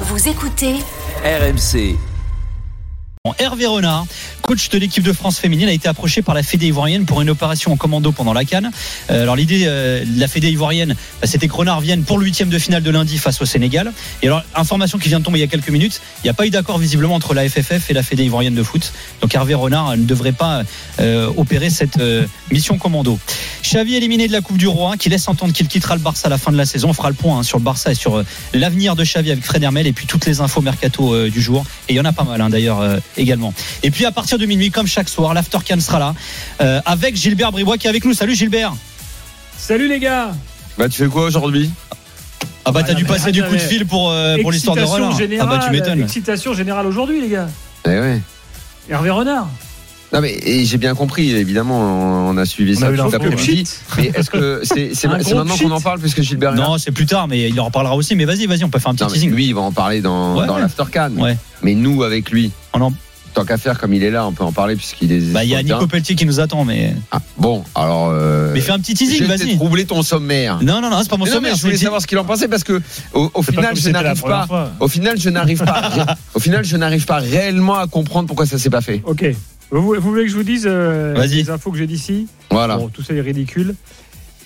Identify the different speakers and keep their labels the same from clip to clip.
Speaker 1: Vous écoutez
Speaker 2: RMC.
Speaker 3: Hervé Renard, coach de l'équipe de France féminine, a été approché par la Fédé ivoirienne pour une opération en commando pendant la Cannes. Euh, alors l'idée euh, de la Fédé ivoirienne, bah, c'était que Renard vienne pour le huitième de finale de lundi face au Sénégal. Et alors, information qui vient de tomber il y a quelques minutes, il n'y a pas eu d'accord visiblement entre la FFF et la Fédé ivoirienne de foot. Donc Hervé Renard euh, ne devrait pas euh, opérer cette euh, mission commando. Xavi éliminé de la Coupe du Roi, qui laisse entendre qu'il quittera le Barça à la fin de la saison. On fera le point hein, sur le Barça et sur euh, l'avenir de Xavi avec Fred Hermel et puis toutes les infos mercato euh, du jour. Et il y en a pas mal hein, d'ailleurs euh, également. Et puis à partir de minuit, comme chaque soir, l'After Can sera là euh, avec Gilbert Bribois qui est avec nous. Salut Gilbert
Speaker 4: Salut les gars
Speaker 5: Bah tu fais quoi aujourd'hui
Speaker 3: Ah bah t'as
Speaker 4: Ah,
Speaker 3: dû
Speaker 4: mais
Speaker 3: passer du
Speaker 4: attends,
Speaker 3: coup de
Speaker 4: mais-
Speaker 3: fil pour, euh, pour l'histoire de
Speaker 4: Excitation
Speaker 3: Roland. Ah
Speaker 4: générale,
Speaker 3: bah tu m'étonnes.
Speaker 4: Excitation générale aujourd'hui les gars.
Speaker 5: Eh ouais.
Speaker 4: Hervé Renard.
Speaker 5: Non mais et j'ai bien compris, évidemment, on, on a suivi
Speaker 6: On
Speaker 5: ça
Speaker 6: a eu
Speaker 5: tout
Speaker 6: l'info,
Speaker 5: après-midi. Mais est-ce que c'est c'est-
Speaker 4: Un
Speaker 5: c'est
Speaker 4: gros
Speaker 5: maintenant
Speaker 4: shit.
Speaker 5: qu'on en parle puisque Gilbert est là
Speaker 3: Non, c'est plus tard, mais il en reparlera aussi. Mais vas-y, vas-y, on peut faire un petit
Speaker 5: Non, mais
Speaker 3: teasing.
Speaker 5: lui il va en parler dans,
Speaker 3: Ouais,
Speaker 5: dans
Speaker 3: ouais.
Speaker 5: l'aftercan.
Speaker 3: Ouais.
Speaker 5: Mais nous avec lui,
Speaker 3: On en-
Speaker 5: tant qu'à faire comme il est là, on peut en parler puisqu'il est.
Speaker 3: Bah, il y a
Speaker 5: sur le terrain.
Speaker 3: Nico Pelletier qui nous attend, mais,
Speaker 5: Ah, bon, alors. euh,
Speaker 3: mais fais un petit teasing,
Speaker 5: j'ai
Speaker 3: vas-y.
Speaker 5: peut-être troublé ton sommaire.
Speaker 3: Non, non, non, c'est pas mon
Speaker 5: Mais non, mais
Speaker 3: sommaire.
Speaker 5: je voulais
Speaker 3: c'est-
Speaker 5: savoir ce qu'il en pensait parce que au, au
Speaker 6: C'est pas
Speaker 5: final
Speaker 6: comme
Speaker 5: je
Speaker 6: c'était la
Speaker 5: n'arrive
Speaker 6: première
Speaker 5: pas.
Speaker 6: fois.
Speaker 5: Au final, je n'arrive pas. au final, je n'arrive pas réellement à comprendre pourquoi ça s'est pas fait.
Speaker 4: Ok. Vous, vous voulez que je vous dise euh,
Speaker 3: Vas-y.
Speaker 4: les infos que j'ai d'ici
Speaker 5: Voilà.
Speaker 4: Bon, tout ça est ridicule.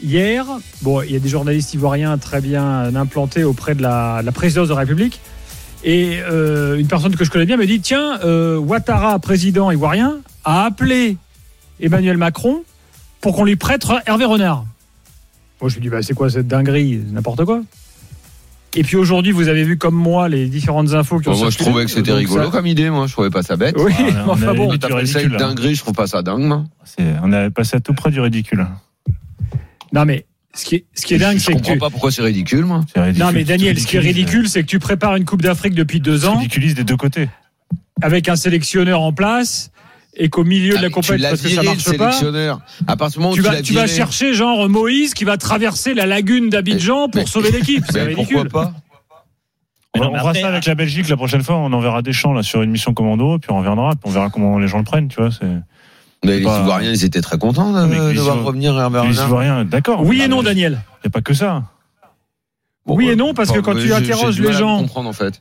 Speaker 4: Hier, bon, il y a des journalistes ivoiriens très bien implantés auprès de la, de la présidence de la République. Et euh, une personne que je connais bien me dit Tiens, euh, Ouattara, président ivoirien, a appelé Emmanuel Macron pour qu'on lui prête Hervé Renard. Moi, je me dis bah, C'est quoi cette dinguerie C'est N'importe quoi. Et puis aujourd'hui, vous avez vu comme moi les différentes infos qui ont
Speaker 5: Bon, moi, je
Speaker 4: circulé.
Speaker 5: trouvais que c'était
Speaker 4: Donc
Speaker 5: rigolo
Speaker 4: ça-
Speaker 5: comme idée. Moi, je trouvais pas ça bête.
Speaker 4: Oui,
Speaker 6: Voilà, on
Speaker 4: enfin
Speaker 6: a
Speaker 4: bon.
Speaker 6: les-
Speaker 5: T'as
Speaker 6: tu
Speaker 5: appelé ça une
Speaker 6: ridicule, hein.
Speaker 5: dinguerie, je trouve pas ça dingue, non
Speaker 6: C'est- on est passé à tout près du ridicule.
Speaker 4: Non, mais ce qui est, ce qui est dingue,
Speaker 5: Je
Speaker 4: c'est que
Speaker 5: comprends
Speaker 4: tu.
Speaker 5: pas pourquoi c'est ridicule, moi.
Speaker 6: C'est ridicule.
Speaker 4: Non, mais
Speaker 6: Tu
Speaker 4: Daniel, ce qui est
Speaker 6: ridiculises,
Speaker 4: ridicule,
Speaker 5: hein.
Speaker 4: c'est que tu prépares une Coupe d'Afrique depuis deux
Speaker 6: Tu
Speaker 4: ans
Speaker 6: ridiculises des deux côtés.
Speaker 4: avec un sélectionneur en place et qu'au milieu de la
Speaker 5: Ah, tu
Speaker 4: compétition,
Speaker 5: l'as
Speaker 4: parce que ça
Speaker 5: viré, le
Speaker 4: marche pas.
Speaker 5: sélectionneur. À partir du moment où
Speaker 4: Tu
Speaker 5: tu,
Speaker 4: vas,
Speaker 5: l'as
Speaker 4: tu vas
Speaker 5: viré,
Speaker 4: chercher genre Moïse qui va traverser la lagune d'Abidjan
Speaker 5: Mais-
Speaker 4: pour sauver l'équipe. C'est
Speaker 5: ben, pourquoi
Speaker 4: ridicule.
Speaker 5: pas
Speaker 6: On,
Speaker 3: Mais non,
Speaker 6: on
Speaker 3: mais
Speaker 6: fera
Speaker 3: après-
Speaker 6: ça avec la Belgique la prochaine fois. On enverra des champs là, sur une mission commando, puis on reviendra, puis on verra comment les gens le prennent. Tu vois, c'est.
Speaker 5: Mais Les
Speaker 6: Pas-
Speaker 5: Ivoiriens, ils étaient très contents de,
Speaker 6: Bah, Mais
Speaker 5: de
Speaker 6: ils
Speaker 5: voir
Speaker 6: sont-
Speaker 5: revenir Herbert
Speaker 6: Les
Speaker 5: Renard.
Speaker 6: Ivoiriens, d'accord.
Speaker 4: Oui
Speaker 6: Ah,
Speaker 4: et non,
Speaker 6: mais
Speaker 4: Daniel.
Speaker 6: Il n'y a pas que ça.
Speaker 4: oui
Speaker 5: ouais,
Speaker 4: et non, parce que
Speaker 5: bon,
Speaker 4: quand
Speaker 5: mais
Speaker 4: tu
Speaker 5: j'ai-
Speaker 4: interroges
Speaker 5: j'ai du
Speaker 4: les
Speaker 5: mal à
Speaker 4: gens,
Speaker 5: comprendre en fait.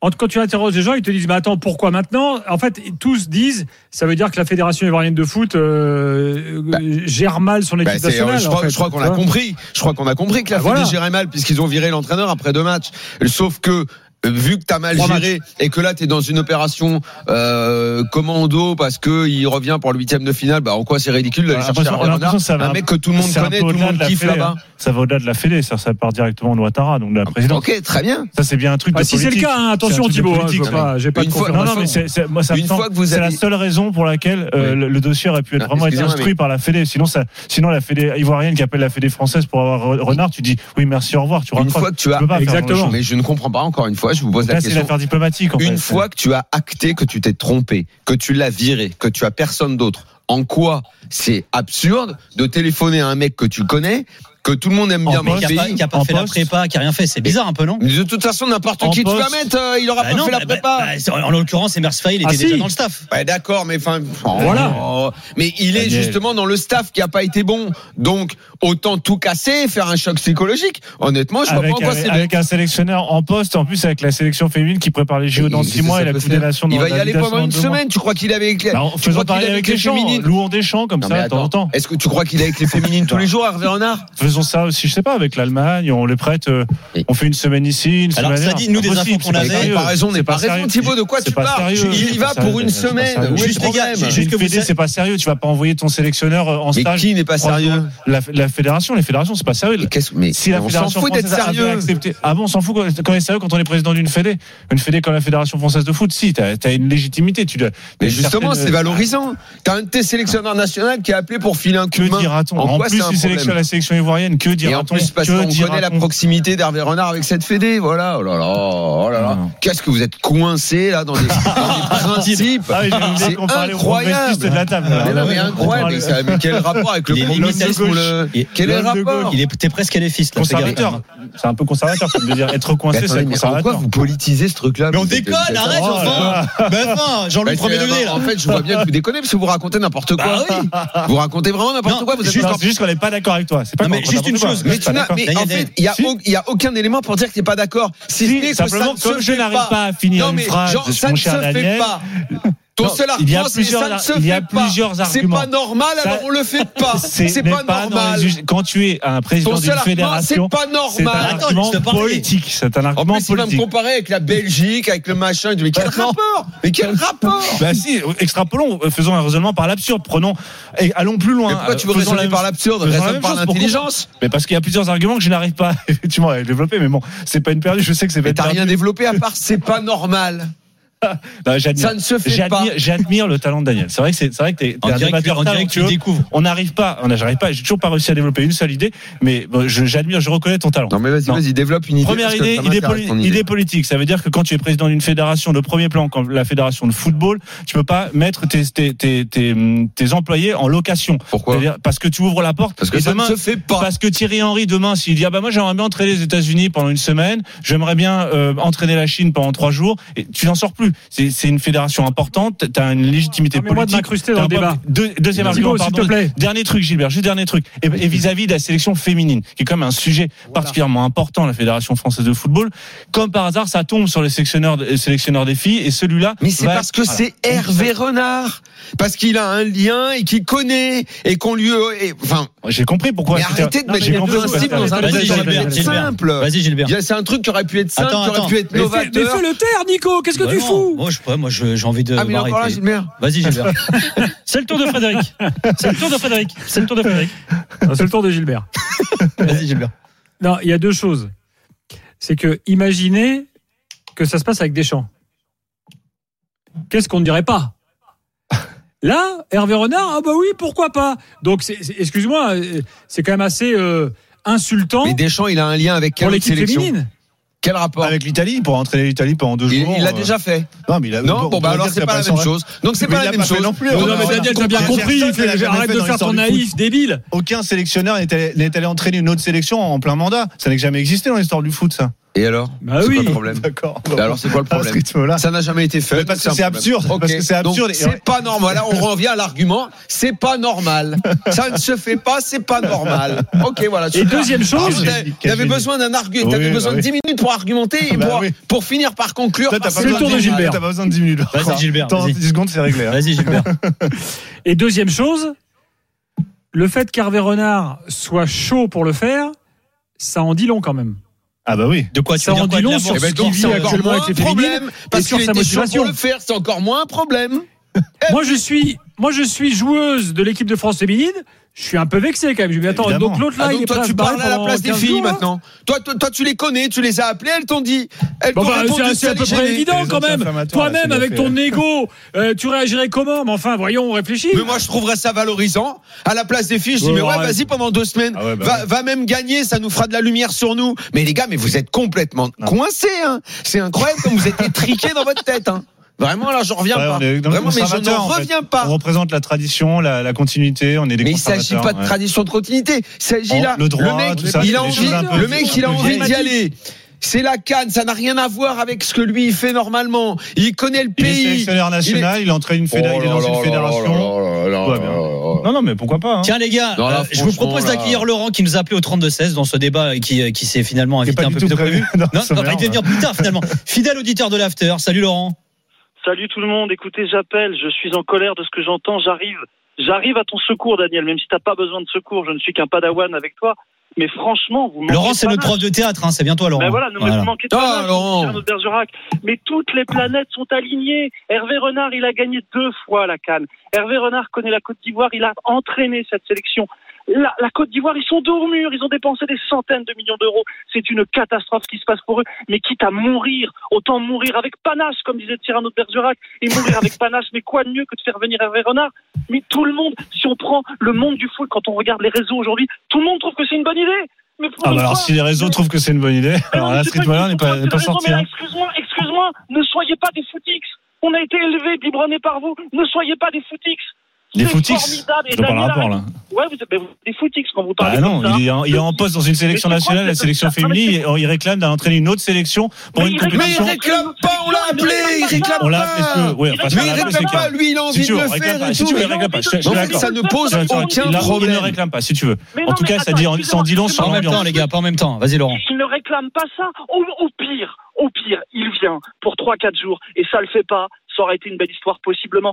Speaker 4: en- quand tu interroges les gens, ils te disent Mais attends, pourquoi maintenant En fait, tous disent Ça veut dire que la Fédération ivoirienne de foot euh, gère mal son équipe
Speaker 5: Bah, c'est-
Speaker 4: nationale.
Speaker 5: je
Speaker 4: en
Speaker 5: crois,
Speaker 4: fait.
Speaker 5: je crois qu'on
Speaker 4: Tu
Speaker 5: a
Speaker 4: vois
Speaker 5: compris. Je crois qu'on a compris que la
Speaker 4: Bah,
Speaker 5: Fédé
Speaker 4: voilà.
Speaker 5: gérait mal puisqu'ils ont viré l'entraîneur après deux matchs. Sauf que euh, vu que t'as mal
Speaker 4: Trois
Speaker 5: géré et que là t'es dans une opération euh, commando parce que il revient pour le huitième de finale, bah en quoi c'est ridicule d'aller
Speaker 6: Bah,
Speaker 5: chercher
Speaker 6: l'impression-
Speaker 5: Herbert Renard,
Speaker 6: l'impression, ça va
Speaker 5: un
Speaker 6: un-
Speaker 5: mec que tout le monde
Speaker 6: c'est un
Speaker 5: connaît,
Speaker 6: peu
Speaker 5: tout le
Speaker 6: au-delà
Speaker 5: monde
Speaker 6: de la hein.
Speaker 5: kiffe
Speaker 6: Fédé,
Speaker 5: là-bas. Ah,
Speaker 6: Ça va au-delà de la Fédé. Ça, ça part directement de Ouattara, donc de la présidente.
Speaker 5: Ok, très bien.
Speaker 6: Ça, c'est bien un truc
Speaker 4: Ah,
Speaker 6: de
Speaker 4: si c'est le
Speaker 6: politique.
Speaker 4: cas, hein,
Speaker 6: C'est un
Speaker 4: attention
Speaker 6: truc de
Speaker 4: Thibaut, hein, je
Speaker 6: politique.
Speaker 4: veux pas- j'ai pas de
Speaker 5: Une fois-
Speaker 6: Non,
Speaker 4: confirmation.
Speaker 6: non, mais c'est, c'est- moi, ça me
Speaker 5: Une
Speaker 6: semble-
Speaker 5: fois que vous
Speaker 6: c'est
Speaker 5: avez-
Speaker 6: la seule raison pour laquelle euh,
Speaker 5: Oui.
Speaker 6: le, le dossier aurait pu être
Speaker 5: Ah,
Speaker 6: vraiment été
Speaker 5: excusez-moi,
Speaker 6: instruit par la Fédé. Sinon, ça, sinon la Fédé ivoirienne qui appelle la Fédé française pour avoir re- renard, tu dis oui, merci, au revoir, tu
Speaker 5: Une
Speaker 6: raccroches.
Speaker 5: fois que tu
Speaker 6: Tu
Speaker 5: as
Speaker 6: peux pas faire
Speaker 4: Exactement.
Speaker 6: autre chose.
Speaker 5: Mais je ne comprends pas encore une fois, je vous pose la
Speaker 6: Là, c'est
Speaker 5: question.
Speaker 6: l'affaire diplomatique. En
Speaker 5: Une
Speaker 6: fait.
Speaker 5: fois que tu as acté que tu t'es trompé, que tu l'as viré, que tu as personne d'autre, en quoi c'est absurde de téléphoner à un mec que tu connais, que tout le monde aime
Speaker 3: Oh,
Speaker 5: bien
Speaker 3: mais
Speaker 5: dans le
Speaker 3: qui a pas,
Speaker 5: pays
Speaker 3: qui a pas
Speaker 6: en
Speaker 3: fait la
Speaker 6: poste.
Speaker 3: prépa, qui a rien fait. C'est bizarre un peu, non
Speaker 5: Mais de toute façon, n'importe
Speaker 6: En
Speaker 5: qui tu vas
Speaker 6: poste.
Speaker 5: mettre, euh, il aura
Speaker 3: Bah
Speaker 5: pas
Speaker 3: non,
Speaker 5: fait la
Speaker 3: bah,
Speaker 5: prépa.
Speaker 3: bah, bah, en l'occurrence, Emers Faye, il était
Speaker 4: Ah,
Speaker 3: déjà
Speaker 4: si.
Speaker 3: dans le staff.
Speaker 5: Bah, d'accord, mais enfin, oh,
Speaker 4: Voilà.
Speaker 5: oh. Mais il est
Speaker 6: Daniel.
Speaker 5: justement dans le staff qui a pas été bon, donc autant tout casser, faire un choc psychologique. Honnêtement, je vois
Speaker 6: avec,
Speaker 5: pas en quoi
Speaker 6: avec-
Speaker 5: c'est
Speaker 6: avec un sélectionneur en poste, en plus avec la sélection féminine qui prépare les JO dans
Speaker 5: Mais
Speaker 6: 6 mois
Speaker 5: ça
Speaker 6: et la
Speaker 5: peut
Speaker 6: Coupe
Speaker 5: faire.
Speaker 6: des Nations
Speaker 5: Il
Speaker 6: dans
Speaker 5: va y
Speaker 6: la
Speaker 5: aller
Speaker 6: Ligue
Speaker 5: pendant
Speaker 6: dans
Speaker 5: une
Speaker 6: deux mois.
Speaker 5: semaine. Tu crois qu'il est avec les,
Speaker 6: Bah, en
Speaker 5: tu
Speaker 6: faisant
Speaker 5: crois qu'il
Speaker 6: parler
Speaker 5: est
Speaker 6: avec les gens,
Speaker 5: féminines
Speaker 6: louons des champs comme
Speaker 5: Non, mais
Speaker 6: ça, de temps en
Speaker 5: attends.
Speaker 6: temps.
Speaker 5: Est-ce que tu crois qu'il est avec les féminines tous les jours, Hervé Renard
Speaker 6: Faisons ça aussi, je sais pas, avec l'Allemagne, on les prête, euh,
Speaker 5: Et-
Speaker 6: on fait une semaine ici, une
Speaker 3: Alors,
Speaker 6: semaine
Speaker 3: ça
Speaker 6: là.
Speaker 3: dit, nous, des
Speaker 6: Impossible,
Speaker 3: infos qu'on
Speaker 6: c'est
Speaker 3: avait-
Speaker 6: sérieux.
Speaker 5: T'as pas raison,
Speaker 6: C'est
Speaker 5: n'est pas raison,
Speaker 6: sérieux.
Speaker 5: Thibaut, de quoi
Speaker 6: C'est
Speaker 5: tu
Speaker 6: pas
Speaker 5: parles
Speaker 6: sérieux.
Speaker 5: Il y
Speaker 6: C'est
Speaker 5: va
Speaker 6: pas
Speaker 5: pour
Speaker 6: sérieux.
Speaker 5: une
Speaker 6: C'est pas
Speaker 5: semaine.
Speaker 6: sérieux.
Speaker 5: Où est
Speaker 3: Juste,
Speaker 5: le
Speaker 3: les gars,
Speaker 5: problème
Speaker 3: j'ai-
Speaker 6: Une
Speaker 3: Juste que
Speaker 6: fédé,
Speaker 3: vous-
Speaker 6: c'est pas sérieux. Tu vas pas envoyer ton sélectionneur euh, en
Speaker 5: Mais
Speaker 6: stage.
Speaker 5: qui n'est pas
Speaker 6: trois
Speaker 5: sérieux
Speaker 6: jours. la, la fédération, les fédérations, c'est pas sérieux.
Speaker 5: Mais qu'est-ce- Mais
Speaker 6: Si la
Speaker 5: on s'en
Speaker 6: fédération
Speaker 5: fout d'être
Speaker 6: française avait
Speaker 5: sérieux.
Speaker 6: accepté- Ah bon, on s'en fout quand- quand on est sérieux, quand on est président d'une fédé. Une fédé comme la fédération française de foot, si, t'as as une légitimité. Tu dois- t'as
Speaker 5: Mais
Speaker 6: une
Speaker 5: justement,
Speaker 6: certaine-
Speaker 5: c'est valorisant. T'as un de tes sélectionneurs national qui a appelé pour filer un coup de
Speaker 6: Que
Speaker 5: main.
Speaker 6: dira-t-on
Speaker 5: En
Speaker 6: En
Speaker 5: quoi
Speaker 6: plus,
Speaker 5: c'est un
Speaker 6: il sélectionne
Speaker 5: problème
Speaker 6: la sélection ivoirienne. Que
Speaker 5: Et
Speaker 6: dira-t-on
Speaker 5: en plus, parce
Speaker 6: Que
Speaker 5: qu'on connaît
Speaker 6: dira-t-on
Speaker 5: la proximité d'Hervé Renard avec cette fédé, voilà. Oh là là, oh là là.
Speaker 6: Non.
Speaker 5: Qu'est-ce que vous êtes coincé là dans des, dans des principes
Speaker 6: Ah oui, j'ai oublié
Speaker 5: C'est
Speaker 6: qu'on parlait au
Speaker 5: incroyable.
Speaker 6: progressiste de la table.
Speaker 5: Mais non, mais
Speaker 6: On
Speaker 5: incroyable. Mais
Speaker 6: parlait-
Speaker 5: ça- mais quel rapport avec
Speaker 3: Il est
Speaker 5: le
Speaker 3: limite
Speaker 5: progressisme
Speaker 3: à
Speaker 5: ou le-
Speaker 3: Il-
Speaker 5: Quel est le
Speaker 6: l'homme de
Speaker 5: rapport
Speaker 6: gauche.
Speaker 3: Il est t'es presque LFiste, là, fais gaffe, quand
Speaker 6: conservateur.
Speaker 3: même.
Speaker 6: C'est un peu conservateur, je veux dire. Être
Speaker 5: Mais
Speaker 6: coincé,
Speaker 5: attendez,
Speaker 6: c'est
Speaker 5: mais en quoi
Speaker 6: conservateur.
Speaker 5: vous politisez ce truc-là
Speaker 3: Mais on
Speaker 5: vous êtes-
Speaker 3: déconne,
Speaker 5: vous êtes-
Speaker 3: arrête,
Speaker 6: Oh là
Speaker 3: enfin Ben enfin,
Speaker 5: Bah,
Speaker 3: Jean-Louis
Speaker 5: c'est-
Speaker 3: premier degré,
Speaker 5: bah, En
Speaker 3: là
Speaker 5: fait, je vois bien que vous déconnez parce que vous racontez n'importe quoi.
Speaker 3: Bah oui
Speaker 5: Vous racontez vraiment n'importe
Speaker 3: Non,
Speaker 5: quoi. Vous êtes
Speaker 3: juste-
Speaker 5: encore-
Speaker 6: Non, c'est juste qu'on n'est pas d'accord avec toi. C'est pas
Speaker 3: Non,
Speaker 6: qu'on
Speaker 3: mais
Speaker 6: est pas
Speaker 3: juste
Speaker 6: d'accord
Speaker 3: une
Speaker 6: avec toi.
Speaker 3: chose,
Speaker 6: On est
Speaker 5: Mais tu
Speaker 6: pas
Speaker 5: n'as,
Speaker 6: d'accord.
Speaker 5: mais
Speaker 3: Daniel,
Speaker 5: en fait,
Speaker 3: Daniel.
Speaker 5: il y a,
Speaker 6: Si.
Speaker 5: au- il y a aucun élément pour dire que t'es pas d'accord. Si, ce
Speaker 6: Si,
Speaker 5: n'est que
Speaker 6: simplement,
Speaker 5: ça ne
Speaker 6: comme
Speaker 5: se
Speaker 6: je
Speaker 5: fait
Speaker 6: n'arrive pas à finir
Speaker 5: non,
Speaker 6: une
Speaker 5: mais
Speaker 6: phrase,
Speaker 5: genre, ça
Speaker 6: mon
Speaker 5: ne se
Speaker 6: cher
Speaker 5: fait
Speaker 6: Daniel.
Speaker 5: pas. Ton
Speaker 6: Non,
Speaker 5: seul
Speaker 6: il y a
Speaker 5: argument, c'est que ça ne
Speaker 6: plusieurs-
Speaker 5: se
Speaker 6: il y a
Speaker 5: fait pas.
Speaker 6: plusieurs
Speaker 5: C'est
Speaker 6: arguments.
Speaker 5: pas normal,
Speaker 6: Ça-
Speaker 5: alors on le fait pas.
Speaker 6: Ce
Speaker 5: C'est
Speaker 6: n'est
Speaker 5: pas
Speaker 6: dans les
Speaker 5: normal.
Speaker 6: juges- Quand tu es un
Speaker 5: Ton
Speaker 6: président d'une
Speaker 5: seul argument, c'est
Speaker 6: fédération,
Speaker 5: pas
Speaker 6: c'est un
Speaker 5: normal.
Speaker 3: Attends,
Speaker 6: argument
Speaker 3: laisse-le parler.
Speaker 6: politique. C'est un
Speaker 5: En
Speaker 6: argument
Speaker 5: plus, il va me
Speaker 6: politique.
Speaker 5: comparer avec la Belgique, avec le machin. Je dis, Mais quel
Speaker 6: Bah non.
Speaker 5: rapport Mais quel rapport
Speaker 6: Bah si, extrapolons, euh, faisons un raisonnement par l'absurde, prenons et allons plus loin.
Speaker 5: Mais pourquoi
Speaker 6: Euh,
Speaker 5: tu veux
Speaker 6: faisons
Speaker 5: raisonner
Speaker 6: la-
Speaker 5: par l'absurde
Speaker 6: faisons la
Speaker 5: Raisonne
Speaker 6: même
Speaker 5: par
Speaker 6: chose, pourquoi
Speaker 5: l'intelligence.
Speaker 6: Mais parce qu'il y a plusieurs arguments que je n'arrive pas effectivement à développer, mais bon, c'est pas une perdue. Je sais que c'est pas
Speaker 5: Mais
Speaker 6: une
Speaker 5: t'as
Speaker 6: perdue.
Speaker 5: rien développé à part c'est pas normal.
Speaker 6: Non, Bah, j'admire,
Speaker 5: Ça ne se fait pas.
Speaker 6: j'admire, j'admire le talent de Daniel. C'est vrai que c'est, c'est vrai que t'es, t'es
Speaker 3: On
Speaker 6: un
Speaker 3: dirait que-
Speaker 6: débatteur
Speaker 3: on dirait que tu
Speaker 6: talentueux.
Speaker 3: le découvres.
Speaker 6: On n'arrive pas, on n'a- j'arrive pas. J'ai toujours pas réussi à développer une seule idée, mais bon, je- j'admire, je reconnais ton talent.
Speaker 5: Non mais vas-y,
Speaker 6: Non.
Speaker 5: vas-y, développe une idée.
Speaker 6: Première
Speaker 5: parce que
Speaker 6: idée,
Speaker 5: ça
Speaker 6: idée,
Speaker 5: m'intéresse,
Speaker 6: poli-
Speaker 5: ton
Speaker 6: idée politique. Ça veut dire que quand tu es président d'une fédération de premier plan, comme la fédération de football, tu peux pas mettre tes, tes, tes, tes, hum, tes employés en location.
Speaker 5: Pourquoi
Speaker 6: C'est-à-dire parce que tu ouvres la porte.
Speaker 5: Parce que
Speaker 6: et
Speaker 5: ça ne
Speaker 6: demain,
Speaker 5: se fait pas.
Speaker 6: parce que Thierry Henry demain, s'il dit ah bah moi j'aimerais bien entraîner les États-Unis pendant une semaine, j'aimerais bien euh, entraîner la Chine pendant trois jours, et tu n'en sors plus. C'est c'est une fédération importante, t'as une
Speaker 1: Ah,
Speaker 6: légitimité
Speaker 4: Permets-moi de
Speaker 6: politique.
Speaker 4: m'incruster dans le
Speaker 6: T'as un
Speaker 4: débat.
Speaker 6: problème. Deux- deuxième
Speaker 4: Thibaut,
Speaker 6: argument,
Speaker 4: s'il te
Speaker 6: pardon.
Speaker 4: plaît.
Speaker 6: Dernier truc, Gilbert, juste dernier truc. Et et vis-à-vis de la sélection féminine, qui est quand même un sujet particulièrement important, la Fédération française de football. Comme par hasard, ça tombe sur les sélectionneurs, les sélectionneurs des filles, et celui-là.
Speaker 5: Mais c'est
Speaker 6: va-
Speaker 5: parce que
Speaker 6: Voilà.
Speaker 5: c'est Hervé Renard, parce qu'il a un lien et qu'il connaît et qu'on lui. et- enfin,
Speaker 6: J'ai compris pourquoi.
Speaker 5: mais
Speaker 6: c'était-
Speaker 5: arrêtez de
Speaker 4: Non, mais
Speaker 5: mettre
Speaker 4: il y
Speaker 5: des
Speaker 4: a deux
Speaker 5: principes
Speaker 4: choses.
Speaker 5: dans un
Speaker 4: Vas-y,
Speaker 5: truc qui aurait pu
Speaker 4: Gilbert,
Speaker 5: être
Speaker 3: Gilbert.
Speaker 5: simple.
Speaker 3: Vas-y Gilbert.
Speaker 5: C'est un truc qui aurait pu être simple,
Speaker 3: Attends,
Speaker 5: qui aurait
Speaker 3: attends.
Speaker 5: pu être
Speaker 4: Mais fais- mais
Speaker 5: novateur.
Speaker 4: fais le taire, Nico. Qu'est-ce que tu
Speaker 3: Vraiment,
Speaker 4: fous
Speaker 3: Moi, je sais pas, moi, je- j'ai envie de.
Speaker 5: Ah mais il est
Speaker 3: m'arrêter.
Speaker 5: encore là, Gilbert.
Speaker 3: Vas-y Gilbert.
Speaker 1: C'est le tour de Frédéric. C'est le tour de Frédéric. C'est le tour de Frédéric.
Speaker 4: C'est le tour de Gilbert.
Speaker 3: Vas-y Gilbert.
Speaker 4: Non, il y a deux choses. C'est que imaginez que ça se passe avec Deschamps. Qu'est-ce qu'on ne dirait pas Là, Hervé Renard, ah bah oui, pourquoi pas Donc, c'est- c'est- excuse-moi, euh, c'est quand même assez euh, insultant
Speaker 5: Mais Deschamps, il a un lien avec
Speaker 4: pour
Speaker 5: quelle autre
Speaker 4: l'équipe
Speaker 5: sélection
Speaker 4: féminine.
Speaker 5: Quel rapport
Speaker 6: Avec l'Italie, pour entraîner l'Italie pendant deux
Speaker 5: Il
Speaker 6: jours.
Speaker 5: il l'a
Speaker 6: euh,
Speaker 5: déjà fait.
Speaker 6: Non, mais il a-
Speaker 5: Non, bon,
Speaker 6: on
Speaker 5: bah
Speaker 6: va
Speaker 5: alors
Speaker 6: dire
Speaker 5: c'est
Speaker 6: qu'il a
Speaker 5: pas la
Speaker 6: son
Speaker 5: même
Speaker 6: rap-
Speaker 5: chose. Donc c'est
Speaker 6: Mais
Speaker 5: pas la
Speaker 6: il l'a
Speaker 5: même
Speaker 6: pas fait
Speaker 5: chose.
Speaker 6: non plus. hein. Bah
Speaker 5: Donc,
Speaker 6: Non,
Speaker 5: on
Speaker 6: mais
Speaker 5: va-
Speaker 6: Daniel,
Speaker 4: t'as bien
Speaker 6: Personne
Speaker 4: compris,
Speaker 6: ne l'a jamais fait
Speaker 4: arrête de
Speaker 6: dans
Speaker 4: faire
Speaker 6: l'histoire
Speaker 4: ton
Speaker 6: du
Speaker 4: naïf, débile.
Speaker 6: Aucun sélectionneur n'est allé, n'est allé entraîner une autre sélection en plein mandat. Ça n'a jamais existé dans l'histoire du foot, ça.
Speaker 5: Et alors
Speaker 4: Bah
Speaker 5: C'est
Speaker 4: oui.
Speaker 5: quoi le problème
Speaker 6: D'accord.
Speaker 5: Et Alors c'est quoi le
Speaker 6: À ce
Speaker 5: problème
Speaker 6: rythme-là.
Speaker 5: Ça n'a jamais été fait.
Speaker 6: Mais parce
Speaker 5: donc
Speaker 6: que
Speaker 5: un
Speaker 6: c'est
Speaker 5: problème.
Speaker 6: absurde,
Speaker 5: Ok.
Speaker 6: parce que c'est
Speaker 5: Donc,
Speaker 6: absurde et-
Speaker 5: C'est pas normal. Là, on revient à l'argument. C'est pas normal. Ça ne se fait pas. C'est pas normal. Ok, voilà.
Speaker 4: Et
Speaker 5: super.
Speaker 4: deuxième
Speaker 5: Ah,
Speaker 4: chose,
Speaker 6: Quel
Speaker 5: t'avais-
Speaker 6: génie, quel
Speaker 5: T'avais
Speaker 6: génie.
Speaker 5: besoin d'un argument. T'avais
Speaker 6: Oui,
Speaker 5: besoin
Speaker 6: bah
Speaker 5: de
Speaker 6: oui.
Speaker 5: 10 minutes pour argumenter et
Speaker 6: Bah
Speaker 5: pour,
Speaker 6: oui.
Speaker 5: pour finir par conclure.
Speaker 6: Toi, t'as
Speaker 5: par
Speaker 6: pas
Speaker 5: ce
Speaker 4: le
Speaker 6: besoin
Speaker 4: tour de
Speaker 6: dix minutes,
Speaker 4: Gilbert.
Speaker 6: T'as pas besoin de 10 minutes.
Speaker 3: Vas-y, Gilbert,
Speaker 6: Attends,
Speaker 3: vas-y.
Speaker 6: 10 secondes, c'est réglé. hein.
Speaker 3: Vas-y Gilbert.
Speaker 4: Et deuxième chose, le fait qu'Hervé Renard soit chaud pour le faire, ça en dit long quand même.
Speaker 6: Ah, bah oui.
Speaker 3: De quoi tu
Speaker 4: Ça
Speaker 3: veux dire
Speaker 4: en
Speaker 3: quoi,
Speaker 4: dit
Speaker 3: de
Speaker 4: long
Speaker 3: la
Speaker 4: sur
Speaker 3: mort
Speaker 5: Eh ben,
Speaker 4: ce
Speaker 5: donc,
Speaker 4: qu'il vit
Speaker 5: c'est encore
Speaker 4: actuellement avec
Speaker 5: moins un
Speaker 4: les féminines.
Speaker 5: problème. Parce
Speaker 4: sur
Speaker 5: qu'il
Speaker 4: sa
Speaker 5: était chaud
Speaker 4: motivation.
Speaker 5: pour le faire. C'est encore moins un problème.
Speaker 4: Moi je suis, moi je suis joueuse de l'équipe de France féminine. Je suis un peu vexé quand même. Je me dis attends,
Speaker 6: Évidemment.
Speaker 4: donc l'autre là,
Speaker 5: Ah,
Speaker 4: il est
Speaker 5: donc toi
Speaker 4: prêt à
Speaker 5: tu
Speaker 4: se barrer
Speaker 5: parles à la
Speaker 4: pendant
Speaker 5: place des
Speaker 4: 15
Speaker 5: filles
Speaker 4: jours, là.
Speaker 5: maintenant. Toi, toi, toi, tu les connais, tu les as appelées, elles t'ont dit. Elles
Speaker 4: Bon,
Speaker 5: t'ont
Speaker 4: bah,
Speaker 5: répondu
Speaker 4: c'est- c'est à
Speaker 5: ça
Speaker 4: peu
Speaker 5: les
Speaker 4: près
Speaker 5: gênait.
Speaker 4: évident
Speaker 6: Les
Speaker 4: quand même.
Speaker 6: anti-inflammatoires, là, c'est
Speaker 4: Toi-même
Speaker 6: bien
Speaker 4: avec
Speaker 6: fait.
Speaker 5: hein.
Speaker 4: ton ego, euh, tu réagirais comment Mais enfin, voyons, on réfléchit.
Speaker 5: Mais moi, je trouverais ça valorisant. À la place des filles, je dis,
Speaker 4: Ouais,
Speaker 5: mais ouais,
Speaker 4: ouais.
Speaker 5: vas-y pendant deux semaines.
Speaker 6: Ah ouais, bah
Speaker 5: va, va même gagner, ça nous fera de la lumière sur nous. Mais les gars, mais vous êtes complètement coincés, hein. C'est incroyable comme vous êtes étriqués dans votre tête, hein. Vraiment, là, j'en reviens
Speaker 6: Ouais,
Speaker 5: pas.
Speaker 6: on est- on est
Speaker 5: Vraiment, mais je
Speaker 6: conservateurs,
Speaker 5: n'en
Speaker 6: en fait.
Speaker 5: reviens
Speaker 6: On
Speaker 5: pas.
Speaker 6: représente la tradition, la, la continuité, on est des
Speaker 5: Mais il s'agit pas de
Speaker 6: conservateurs, ouais.
Speaker 5: tradition de continuité. Il s'agit
Speaker 6: Oh,
Speaker 5: là.
Speaker 6: le droit,
Speaker 5: mec,
Speaker 6: tout ça,
Speaker 5: il
Speaker 4: des
Speaker 5: a envie,
Speaker 4: choses un peu
Speaker 5: le mec, il a
Speaker 4: plus
Speaker 5: envie d'y
Speaker 4: vieilles.
Speaker 5: aller. C'est la canne, ça n'a rien à voir avec ce que lui il fait normalement. Il connaît le
Speaker 6: Il est
Speaker 5: pays. Oh
Speaker 6: sélectionneur national, il, entraîne une fédération, il est dans une fédération. Tout va bien. Non, non, mais pourquoi pas hein.
Speaker 3: Tiens les gars,
Speaker 5: Non, là,
Speaker 3: euh, je vous
Speaker 5: franchement,
Speaker 3: propose
Speaker 5: là-
Speaker 3: d'accueillir Laurent qui nous a appelé au 32-16 dans ce débat qui, euh, qui s'est finalement
Speaker 6: Qui est
Speaker 3: invité
Speaker 6: pas
Speaker 3: un
Speaker 6: du
Speaker 3: peu
Speaker 6: tout
Speaker 3: plus tôt que
Speaker 6: prévu.
Speaker 3: prévu.
Speaker 6: Non,
Speaker 3: Non,
Speaker 6: c'est
Speaker 3: non, il
Speaker 6: marrant,
Speaker 3: devait venir plus tard finalement. Fidèle auditeur de l'After, salut Laurent.
Speaker 1: Salut tout le monde. Écoutez, j'appelle. Je suis en colère de ce que j'entends. J'arrive. J'arrive à ton secours, Daniel. Même si t'as pas besoin de secours, je ne suis qu'un padawan avec toi. Mais franchement, vous manquez
Speaker 3: Laurent,
Speaker 1: de
Speaker 3: c'est notre
Speaker 1: panache.
Speaker 3: prof de théâtre, hein, c'est bien toi Laurent.
Speaker 1: Mais Ben voilà, non, mais
Speaker 3: Voilà.
Speaker 1: vous manquez de
Speaker 5: Ah,
Speaker 1: panache,
Speaker 5: Laurent.
Speaker 1: Cyrano de Bergerac. Mais toutes les planètes sont alignées. Hervé Renard, il a gagné deux fois la Cannes. Hervé Renard connaît la Côte d'Ivoire, il a entraîné cette sélection. La, la Côte d'Ivoire, ils sont au mur, ils ont dépensé des centaines de millions d'euros. C'est une catastrophe ce qui se passe pour eux. Mais quitte à mourir, autant mourir avec panache, comme disait Cyrano de Bergerac, et mourir avec panache. Mais quoi de mieux que de faire venir Hervé Renard Mais tout le monde, si on prend le monde du foot, quand on regarde les réseaux aujourd'hui, tout le monde trouve que c'est une bonne idée. Mais pour
Speaker 6: Ah,
Speaker 1: une
Speaker 6: bah alors
Speaker 1: fois,
Speaker 6: si les réseaux
Speaker 1: mais-
Speaker 6: trouvent que c'est une bonne idée, alors
Speaker 1: mais
Speaker 6: là,
Speaker 1: c'est
Speaker 6: ce rythme-là, on n'est pas,
Speaker 1: une
Speaker 6: n'est pas
Speaker 1: raison,
Speaker 6: sorti.
Speaker 1: mais là,
Speaker 6: hein.
Speaker 1: Excuse-moi, excuse-moi, ne soyez pas des footix. On a été élevés, biberonnés par vous. Ne soyez pas des footix.
Speaker 6: Des
Speaker 1: C'est
Speaker 6: footix
Speaker 1: formidable. Et
Speaker 6: Je parle
Speaker 1: Daniel
Speaker 6: rapport
Speaker 1: Arrête-
Speaker 6: là.
Speaker 1: Ouais, vous, mais vous- des footix quand vous parlez.
Speaker 6: Bah non,
Speaker 1: comme ça.
Speaker 6: il est, en, il est en poste dans une sélection
Speaker 1: Mais tu crois
Speaker 6: nationale,
Speaker 1: que
Speaker 6: la
Speaker 1: ça-
Speaker 6: sélection
Speaker 1: ça- ça-
Speaker 6: féminine, et on- il réclame d'entraîner une autre sélection pour
Speaker 1: Mais
Speaker 6: une
Speaker 1: il réclame-
Speaker 5: Mais il
Speaker 6: compétition.
Speaker 5: réclame pas, on l'a appelé, il réclame
Speaker 6: On l'a
Speaker 5: pas.
Speaker 6: fait ce que- ouais, enfin,
Speaker 5: Mais il
Speaker 6: ça, là,
Speaker 5: réclame
Speaker 6: c'est
Speaker 5: pas,
Speaker 6: clair.
Speaker 5: lui il a envie
Speaker 6: Si tu
Speaker 5: de
Speaker 6: veux,
Speaker 5: le
Speaker 6: réclame
Speaker 5: faire
Speaker 6: pas.
Speaker 5: et
Speaker 6: Si
Speaker 5: tout.
Speaker 6: tu veux, réclame pas. Je te- je te
Speaker 5: Non, mais
Speaker 6: l'accorde.
Speaker 5: ça ne pose
Speaker 6: Ça, ça,
Speaker 5: aucun
Speaker 6: il l'a- Il ne
Speaker 5: problème.
Speaker 6: réclame pas, si tu veux.
Speaker 1: Mais
Speaker 6: En
Speaker 1: non,
Speaker 6: tout
Speaker 1: mais
Speaker 6: cas, ça
Speaker 1: attends,
Speaker 6: dit, en-
Speaker 1: excusez-moi,
Speaker 6: ça en dit long sur
Speaker 1: excusez-moi.
Speaker 3: en même temps,
Speaker 6: l'ambiance.
Speaker 3: les gars, pas en même temps. Vas-y, Laurent.
Speaker 1: Il ne réclame pas ça. Au, au pire, au pire, il vient pour 3-4 jours et ça le fait pas. Ça aurait été une belle histoire possiblement.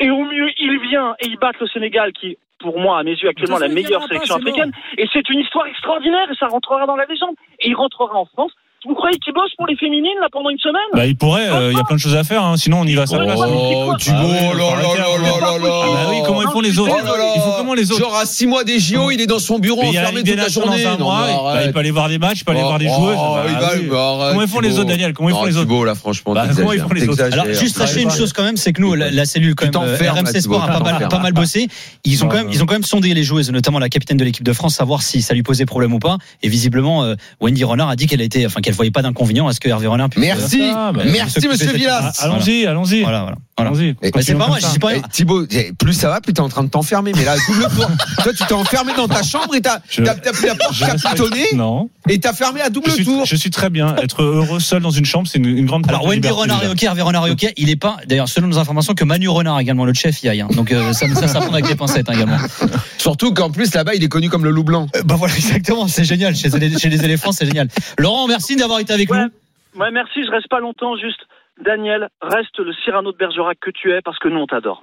Speaker 1: Et au mieux, il vient et il bat le Sénégal qui, pour moi, à mes yeux, actuellement
Speaker 4: De toute façon,
Speaker 1: la
Speaker 4: il
Speaker 1: meilleure
Speaker 4: viendra pas,
Speaker 1: sélection
Speaker 4: c'est mort.
Speaker 1: africaine. Et c'est une histoire extraordinaire et ça rentrera dans la légende. Et il rentrera en France. Vous croyez qu'il bosse pour les féminines là pendant une semaine
Speaker 6: Bah, il pourrait, euh, il y a plein de choses à faire, hein. sinon on y va à sa place.
Speaker 5: Oh, tu vois,
Speaker 6: Ah
Speaker 5: là, là,
Speaker 6: oui,
Speaker 5: là, là, là, là.
Speaker 6: Ah bah oui, comment ils font les
Speaker 5: Oh
Speaker 6: autres
Speaker 5: là là.
Speaker 6: Il faut comment les autres
Speaker 5: Genre à 6 mois des JO, il est dans son bureau
Speaker 6: Mais il y a la
Speaker 5: enfermé
Speaker 6: Ligue des
Speaker 5: toute la
Speaker 6: Nations dans
Speaker 5: journée.
Speaker 6: un
Speaker 5: Non,
Speaker 6: mois,
Speaker 5: mais
Speaker 6: et- bah, il
Speaker 5: arrête.
Speaker 6: peut aller voir des matchs, il peut aller voir des
Speaker 5: Oh,
Speaker 6: joueuses.
Speaker 5: oh,
Speaker 6: bah,
Speaker 5: il va-
Speaker 6: oui.
Speaker 5: bah, arrête,
Speaker 6: Comment ils font les
Speaker 5: Thibaut.
Speaker 6: autres, Daniel Comment ils font
Speaker 5: Non,
Speaker 6: les autres
Speaker 5: Thibaut, là, franchement,
Speaker 6: Bah, comment ils font les autres
Speaker 5: t'exagères,
Speaker 6: D'ailleurs,
Speaker 3: Alors juste
Speaker 5: t'exagères.
Speaker 3: sachez une chose quand même, c'est que nous, la, la cellule quand
Speaker 5: Tu
Speaker 3: même, euh,
Speaker 5: t'enfermes, là,
Speaker 3: RMC
Speaker 5: Thibaut,
Speaker 3: Sport a pas
Speaker 5: tu
Speaker 3: mal,
Speaker 5: t'enfermes.
Speaker 3: pas mal bossé. Ils ont quand même,
Speaker 6: Ouais.
Speaker 3: ils ont quand même sondé les joueuses, notamment la capitaine de l'équipe de France, savoir si ça lui posait problème ou pas. Et visiblement, euh, Wendy Renard a dit qu'elle était, enfin qu'elle voyait pas d'inconvénient à ce que Hervé Renard puisse.
Speaker 5: Merci,
Speaker 6: Ah, bah,
Speaker 5: merci,
Speaker 3: s'occuper
Speaker 5: monsieur
Speaker 3: de-
Speaker 5: Villas.
Speaker 3: Ah,
Speaker 6: Allons-y, allons-y.
Speaker 3: Voilà, voilà, voilà.
Speaker 6: Allons-y.
Speaker 5: Mais
Speaker 3: Bah, c'est
Speaker 6: Continuons
Speaker 3: pas
Speaker 6: comme
Speaker 3: moi,
Speaker 6: ça.
Speaker 3: je dis pas.
Speaker 5: Eh, Thibaut, eh, plus ça va, plus t'es en train de t'enfermer. Mais là, double tour. Toi, tu t'es enfermé dans ta chambre et t'as
Speaker 6: Je-
Speaker 5: t'as- t'as pris la porte,
Speaker 6: Je
Speaker 5: t'as
Speaker 6: respecte-
Speaker 5: pitonné
Speaker 6: Non.
Speaker 5: et t'as fermé à double
Speaker 6: Je suis,
Speaker 5: tour.
Speaker 6: je suis très bien. Être heureux seul dans une chambre, c'est une, une grande.
Speaker 3: Alors
Speaker 6: part de
Speaker 3: Wendy
Speaker 6: liberté,
Speaker 3: Renard est
Speaker 6: déjà.
Speaker 3: ok, Hervé Renard est ok. Il est pas, d'ailleurs, selon nos informations, que Manu Renard également notre chef y aille. hein. Donc euh, ça, ça, ça prend avec des pincettes hein, également.
Speaker 5: Surtout qu'en plus, là-bas, il est connu comme le loup blanc.
Speaker 3: Euh, bah voilà, exactement. C'est génial chez, les- chez les éléphants, c'est génial. Laurent, merci d'avoir été avec
Speaker 1: Ouais.
Speaker 3: nous.
Speaker 1: Ouais, merci, je reste pas longtemps, juste. Daniel, reste le Cyrano de Bergerac que tu es parce que nous on t'adore.